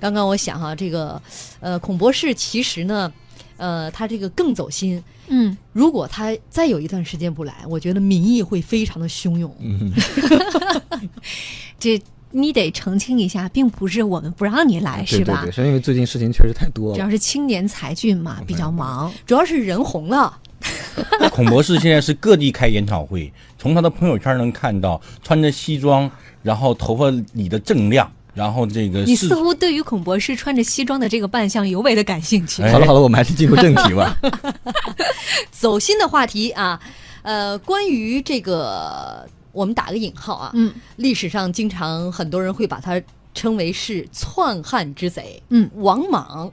刚刚我想哈、这个呃，孔博士其实呢，呃，他这个更走心。嗯，如果他再有一段时间不来，我觉得民意会非常的汹涌。嗯，这你得澄清一下，并不是我们不让你来，啊对是对吧对，？是因为最近事情确实太多主了要。是青年才俊嘛，比较忙。主要是人红了，那孔博士现在是各地开研讨会，从他的朋友圈能看到，穿着西装，然后头发理的锃亮，然后这个你是似乎对于孔博士穿着西装的这个扮相尤为的感兴趣。哎好了好了，我们还是进入正题吧。走心的话题啊，呃，关于这个，我们打个引号啊，嗯，历史上经常很多人会把他称为是篡汉之贼，嗯，王莽，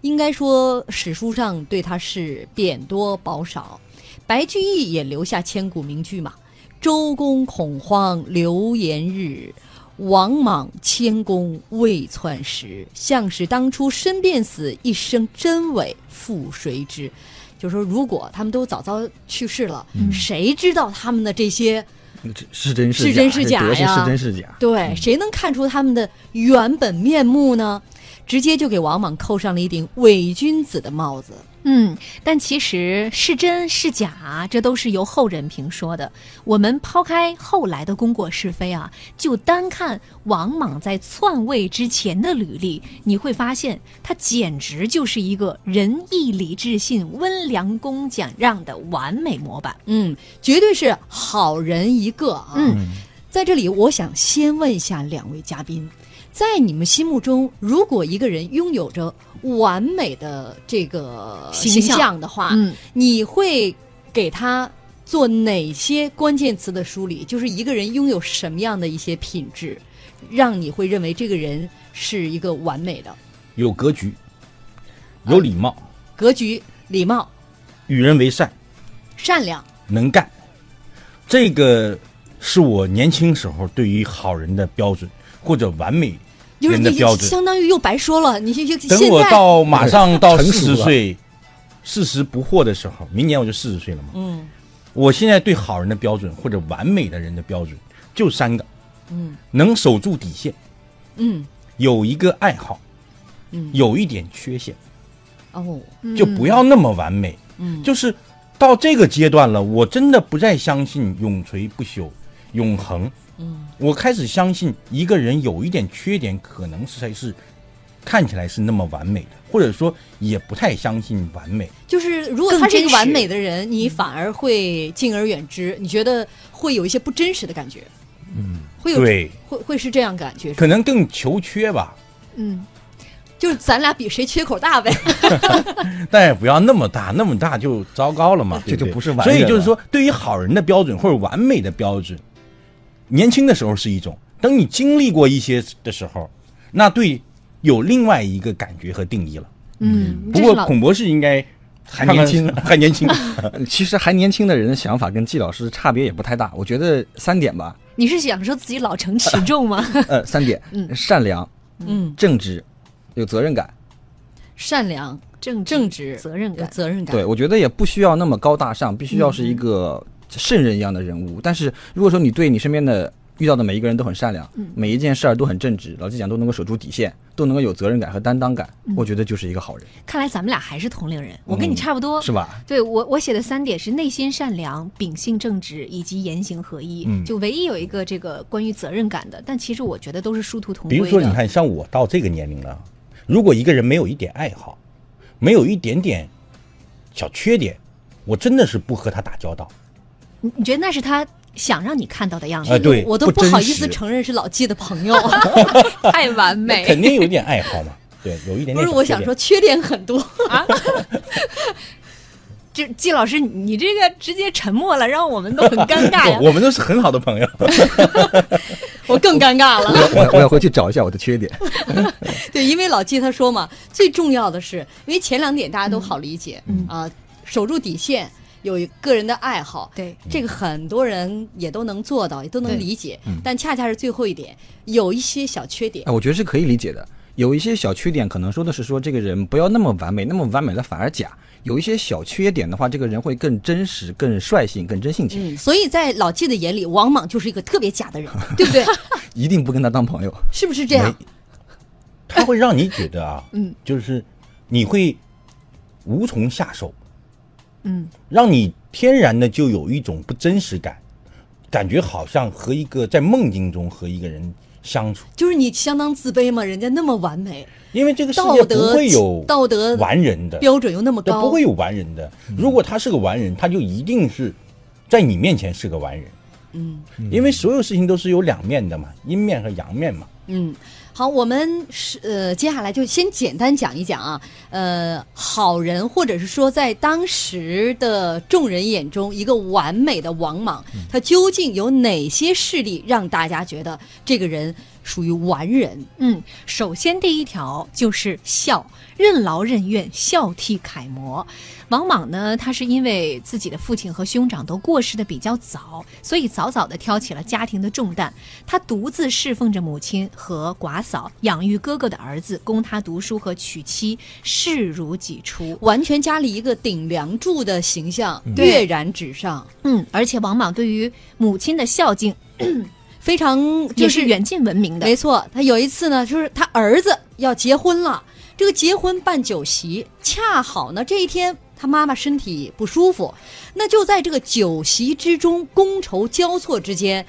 应该说史书上对他是贬多褒少。白居易也留下千古名句嘛：“周公恐慌流言日，王莽谦恭未篡时。向使当初身便死，一生真伪付谁知？”就说如果他们都早早去世了，谁知道他们的这些？是是真是假，真这是假得是呀是真是假。对，谁能看出他们的原本面目呢？直接就给王莽扣上了一顶伪君子的帽子。嗯，但其实是真是假，这都是由后人评说的。我们抛开后来的功过是非啊，就单看王莽在篡位之前的履历，你会发现他简直就是一个仁义礼智信、温良恭俭让的完美模板。嗯，绝对是好人一个啊。嗯，在这里，我想先问一下两位嘉宾，在你们心目中，如果一个人拥有着完美的这个形形象象的话，嗯，你会给他做哪些关键词的梳理？就是一个人拥有什么样的一些品质，让你会认为这个人是一个完美的有格局，有礼貌，格局、礼貌、与人为善，善良。能干，这个是我年轻时候对于好人的标准或者完美就是人的你标准。相当于又白说了，你现现等我在到马上到成四熟了十岁，四十不惑的时候，明年我就四十岁了嘛。嗯我现在对好人的标准或者完美的人的标准就三个：嗯能守住底线，嗯有一个爱好，嗯有一点缺陷，哦嗯就不要那么完美。嗯就是到这个阶段了，我真的不再相信永垂不朽、永恒。嗯我开始相信一个人有一点缺点，可能是才是看起来是那么完美的，或者说也不太相信完美。就是如果更他是一个真实嗯完美的人，你反而会敬而远之，你觉得会有一些不真实的感觉，嗯，会有对，会会是这样感觉，可能更求缺吧，嗯，就是咱俩比谁缺口大呗。但也不要那么大，那么大就糟糕了嘛，这对就对不是完所以人就是了说，对于好人的标准或者完美的标准，年轻的时候是一种，等你经历过一些的时候，那对有另外一个感觉和定义了。嗯，这不是过老孔博士应该还看年看轻 还年轻。呃其实还年轻的人的想法跟季老师差别也不太大，我觉得三点吧，你是想说自己老成持重 吗？呃，三点：嗯善良、嗯，正直、有责任感。 善良、正正直、嗯责任感有责任感。对，我觉得也不需要那么高大上，必须要是一个圣人一样的人物。但是如果说你对你身边的遇到的每一个人都很善良，每一件事儿都很正直，老季讲都能够守住底线，都能够有责任感和担当感，我觉得就是一个好人，看来咱们俩还是同龄人，我跟你差不多。是吧？ 对我我写的三点是内心善良、秉性正直以及言行合一，嗯就唯一有一个这个关于责任感的，但其实我觉得都是殊途同比归的。如说，你，看，像我到这个年龄了，如果一个人没有一点爱好，没有一点点小缺点，我真的是不和他打交道。你你觉得那是他想让你看到的样子，哎对啊我都不不真好意思实承认是老纪的朋 友。太完美 肯定有一点爱好嘛。对，有一点点。不是，我想说，缺点很 多。啊！这季老师，你你这个直接沉默了，让我们都很尴尬呀 。我们都是很好 的朋友。我更尴尬 了。我我要回去找一下我的缺点。对，因为老季他说嘛，最重要的是，因为前两点大家都好理解，嗯啊，守住底线，有一个人的爱好，对，这嗯个很多人也都能做到，也都能对理解，但恰恰是最后一点，有一些小缺点啊哎，，我觉得是可以理解的。有一些小缺点，可能说的是说这个人不要那么完美，那么完美了反而假。有一些小缺点的话，这个人会更真实、更率性、更真性情，嗯，所以在老季的眼里，王 莽就是一个特别假的人，对不对？一定不跟他当朋友。是不是这样？它会让你觉得啊，嗯，就是你会无从下手，嗯，让你天然的就有一种不真实感，感觉好像和一个在梦境中和一个人相处，就是你相当自卑嘛，人家那么完美，因为这个世道界德不会有道德完人的，标准又那么对，高，不会有完人的。嗯如果他是个完人，他就一定是在你面前是个完人，嗯因为所有事情都是有两面的嘛，阴面和阳面嘛。嗯。好，我们是呃，接下来就先简单讲一讲啊，呃，好人或者是说在当时的众人眼中一个完美的王莽，他究竟有哪些事例让大家觉得这个人属于完人？嗯，首先第一条就是孝，任劳任怨，孝悌楷模。王莽呢，他是因为自己的父亲和兄长都过世的比较早，所以早早的挑起了家庭的重担。他独自侍奉着母亲和寡嫂，养育哥哥的儿子，供他读书和娶妻，视如己出。完全家里一个顶梁柱的形象对跃然纸上，嗯，而且王莽对于母亲的孝敬非常也就是是远近闻名的。没错，他有一次呢，就是他儿子要结婚了，这个结婚办酒席，恰好呢这一天他妈妈身体不舒服，那就在这个酒席之中觥筹交错之间，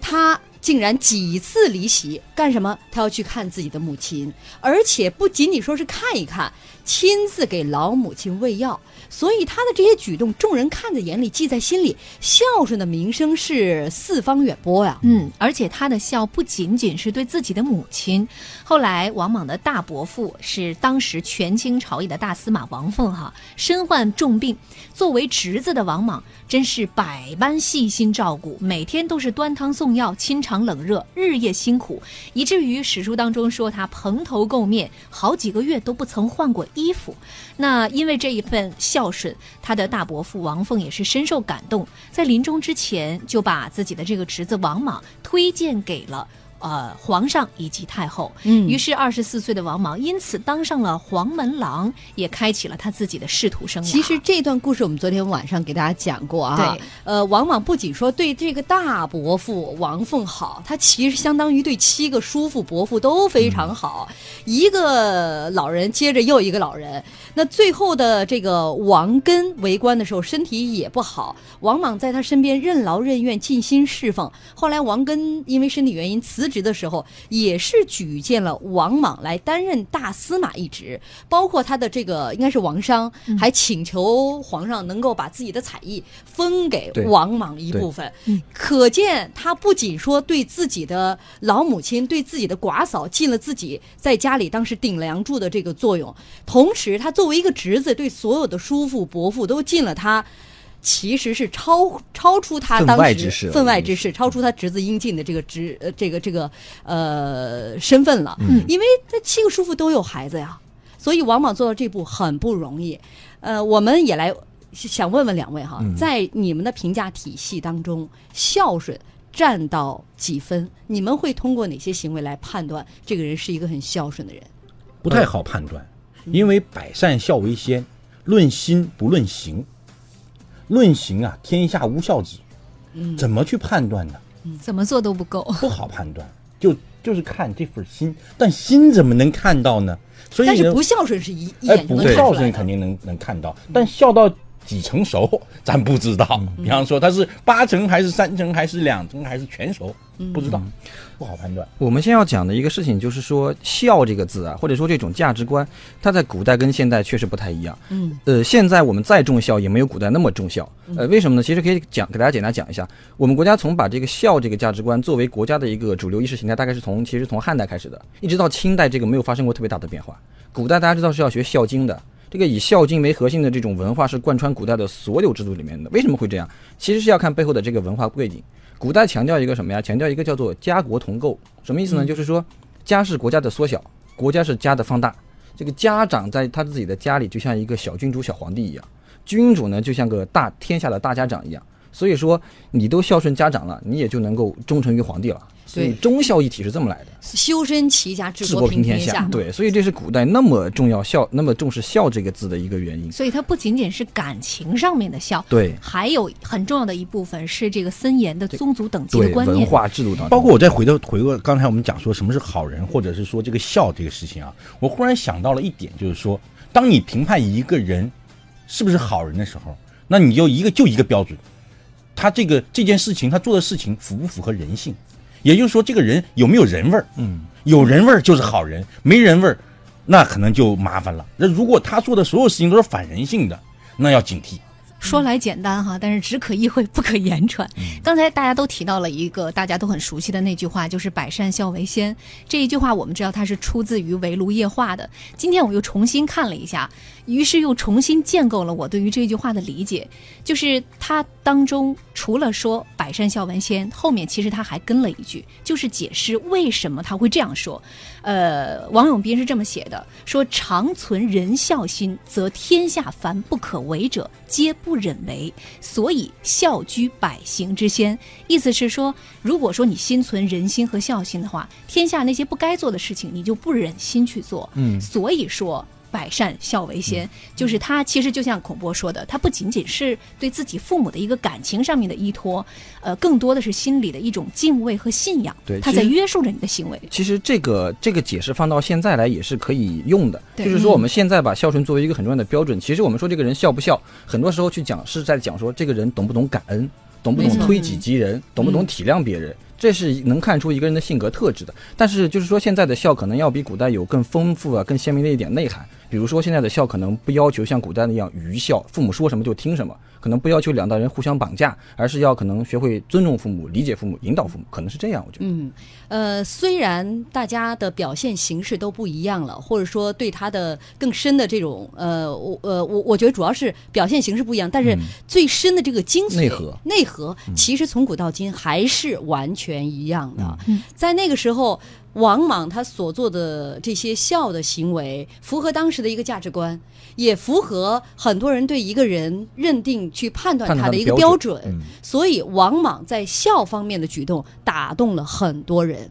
他竟然几次离席，干什么？他要去看自己的母亲，而且不仅仅说是看一看，亲自给老母亲喂药。所以他的这些举动，众人看在眼里，记在心里，孝顺的名声是四方远播呀。嗯，而且他的孝不仅仅是对自己的母亲。后来，王莽的大伯父是当时权倾朝野的大司马王凤哈，身患重病，作为侄子的王莽真是百般细心照顾，每天都是端汤送药、亲尝冷热，日夜辛苦，以至于史书当中说他蓬头垢面，好几个月都不曾换过衣服。那因为这一份孝顺，他的大伯父王凤也是深受感动，在临终之前就把自己的这个侄子王莽推荐给了。呃，皇上以及太后，嗯于是二十四岁的王莽因此当上了黄门郎，也开启了他自己的仕途生涯。其实这段故事我们昨天晚上给大家讲过啊对。呃，王莽不仅说对这个大伯父王凤好，他其实相当于对七个叔父伯父都非常好，嗯一个老人接着又一个老人。那最后的这个王根为官的时候，身体也不好，王莽在他身边任劳任怨，尽心侍奉。后来王根因为身体原因辞职的时候，也是举荐了王莽来担任大司马一职，包括他的这个应该是王商，还请求皇上能够把自己的采邑分给对王莽一部分。可见他不仅说对自己的老母亲、对自己的寡嫂尽了自己在家里当时顶梁柱的这个作用，同时他作为一个侄子，对所有的叔父、伯父都尽了他。其实是超超出他啊当时分外之事了分外之事，超出他侄子应尽的这个职呃这个这个呃身份了。嗯，因为这七个叔父都有孩子呀，所以往往做到这步很不容易。呃，我们也来想问问两位哈，在你们的评价体系当中，孝顺占到几分？你们会通过哪些行为来判断这个人是一个很孝顺的人？不太好判断，因为百善孝为先，论心不论行。论行啊，天下无孝子。嗯怎么去判断呢？怎么做都不够。不好判断，就就是看这份心，但心怎么能看到呢？所以但是呢不孝顺是一一哎，眼就不能看孝出来顺的嗯肯。定能能看到，但孝到几成熟， 咱不知道。比方说他是八成还是三成还是两成还是全熟，嗯不知道，不好判断。我们先要讲的一个事情就是说“孝”这个字啊，或者说这种价值观，它在古代跟现代确实不太一样。嗯，呃，现在我们再重孝也没有古代那么重孝。呃，为什么呢？其实可以讲给大家简单讲一下，我们国家从把这个孝这个价值观作为国家的一个主流意识形态，大概是从其实从汉代开始的，一直到清代，这个没有发生过特别大的变化。古代大家知道是要学《孝经》的。这个以《孝经》为核心的这种文化是贯穿古代的所有制度里面的。为什么会这样？其实是要看背后的这个文化背景。古代强调一个什么呀？强调一个叫做家国同构，什么意思呢？就是说，家是国家的缩小，国家是家的放大。这个家长在他自己的家里就像一个小君主、小皇帝一样，君主呢就像个大天下的大家长一样。所以说，你都孝顺家长了，你也就能够忠诚于皇帝了。所以忠孝一体是这么来的。修身齐家治治国国平天天下下，。对，所以这是古代那么重要孝，那么重视孝这个字的一个原因。所以它不仅仅是感情上面的孝，对还有很重要的一部分是这个森严的宗族等级的对，观文念。化制度当中，包括我再回到回过刚才我们讲说什么是好人，或者是说这个孝这个事情啊，我忽然想到了一点，就是说，当你评判一个人是不是好人的时候，那你就一个就一个标准，他这个这件事情他做的事情符不符合人性，也就是说这个人有没有人味儿，嗯，有人味儿就是好人，没人味儿，那可能就麻烦了。那如果他做的所有事情都是反人性的，那要警惕。说来简单哈，但是只可意会不可言传。刚才大家都提到了一个大家都很熟悉的那句话，就是“百善孝为先”。这一句话我们知道它是出自于《围炉夜话》的。今天我又重新看了一下，于是又重新建构了我对于这句话的理解。就是它当中除了说“百善孝为先”，后面其实他还跟了一句，就是解释为什么他会这样说。呃，王永斌是这么写的：说常存仁孝心，则天下凡不可为者，皆不忍为。所以孝居百行之先。意思是说，如果说你心存仁心和孝心的话，天下那些不该做的事情，你就不忍心去做。嗯，所以说。百善孝为嗯先，就是他其实就像孔波说的，他不仅仅是对自己父母的一个感情上面的依托，呃，更多的是心里的一种敬畏和信仰。对他其在实约束着你的行为。其实这个这个解释放到现在来也是可以用的，对就是说我们现在把孝顺作为一个很重要的标准。其实我们说这个人孝不孝，很多时候去讲是在讲说这个人懂不懂感恩，懂不懂没错嗯推己及人，懂不懂体谅别人。这是能看出一个人的性格特质的，但是就是说，现在的孝可能要比古代有更丰富啊、更鲜明的一点内涵。比如说，现在的孝可能不要求像古代那样愚孝，父母说什么就听什么，可能不要求两代人互相绑架，而是要可能学会尊重父母、理解父母、引导父母，可能是这样。我觉得，嗯，呃，虽然大家的表现形式都不一样了，或者说对他的更深的这种呃，我呃我我觉得主要是表现形式不一样，但是最深的这个精髓、嗯内核嗯内核其实从古到今还是完全一样嗯的。在那个时候，王莽他所做的这些孝的行为，符合当时的一个价值观，也符合很多人对一个人认定去判断判他断他的的一个标嗯准。所以，王莽在孝方面的举动打动了很多人。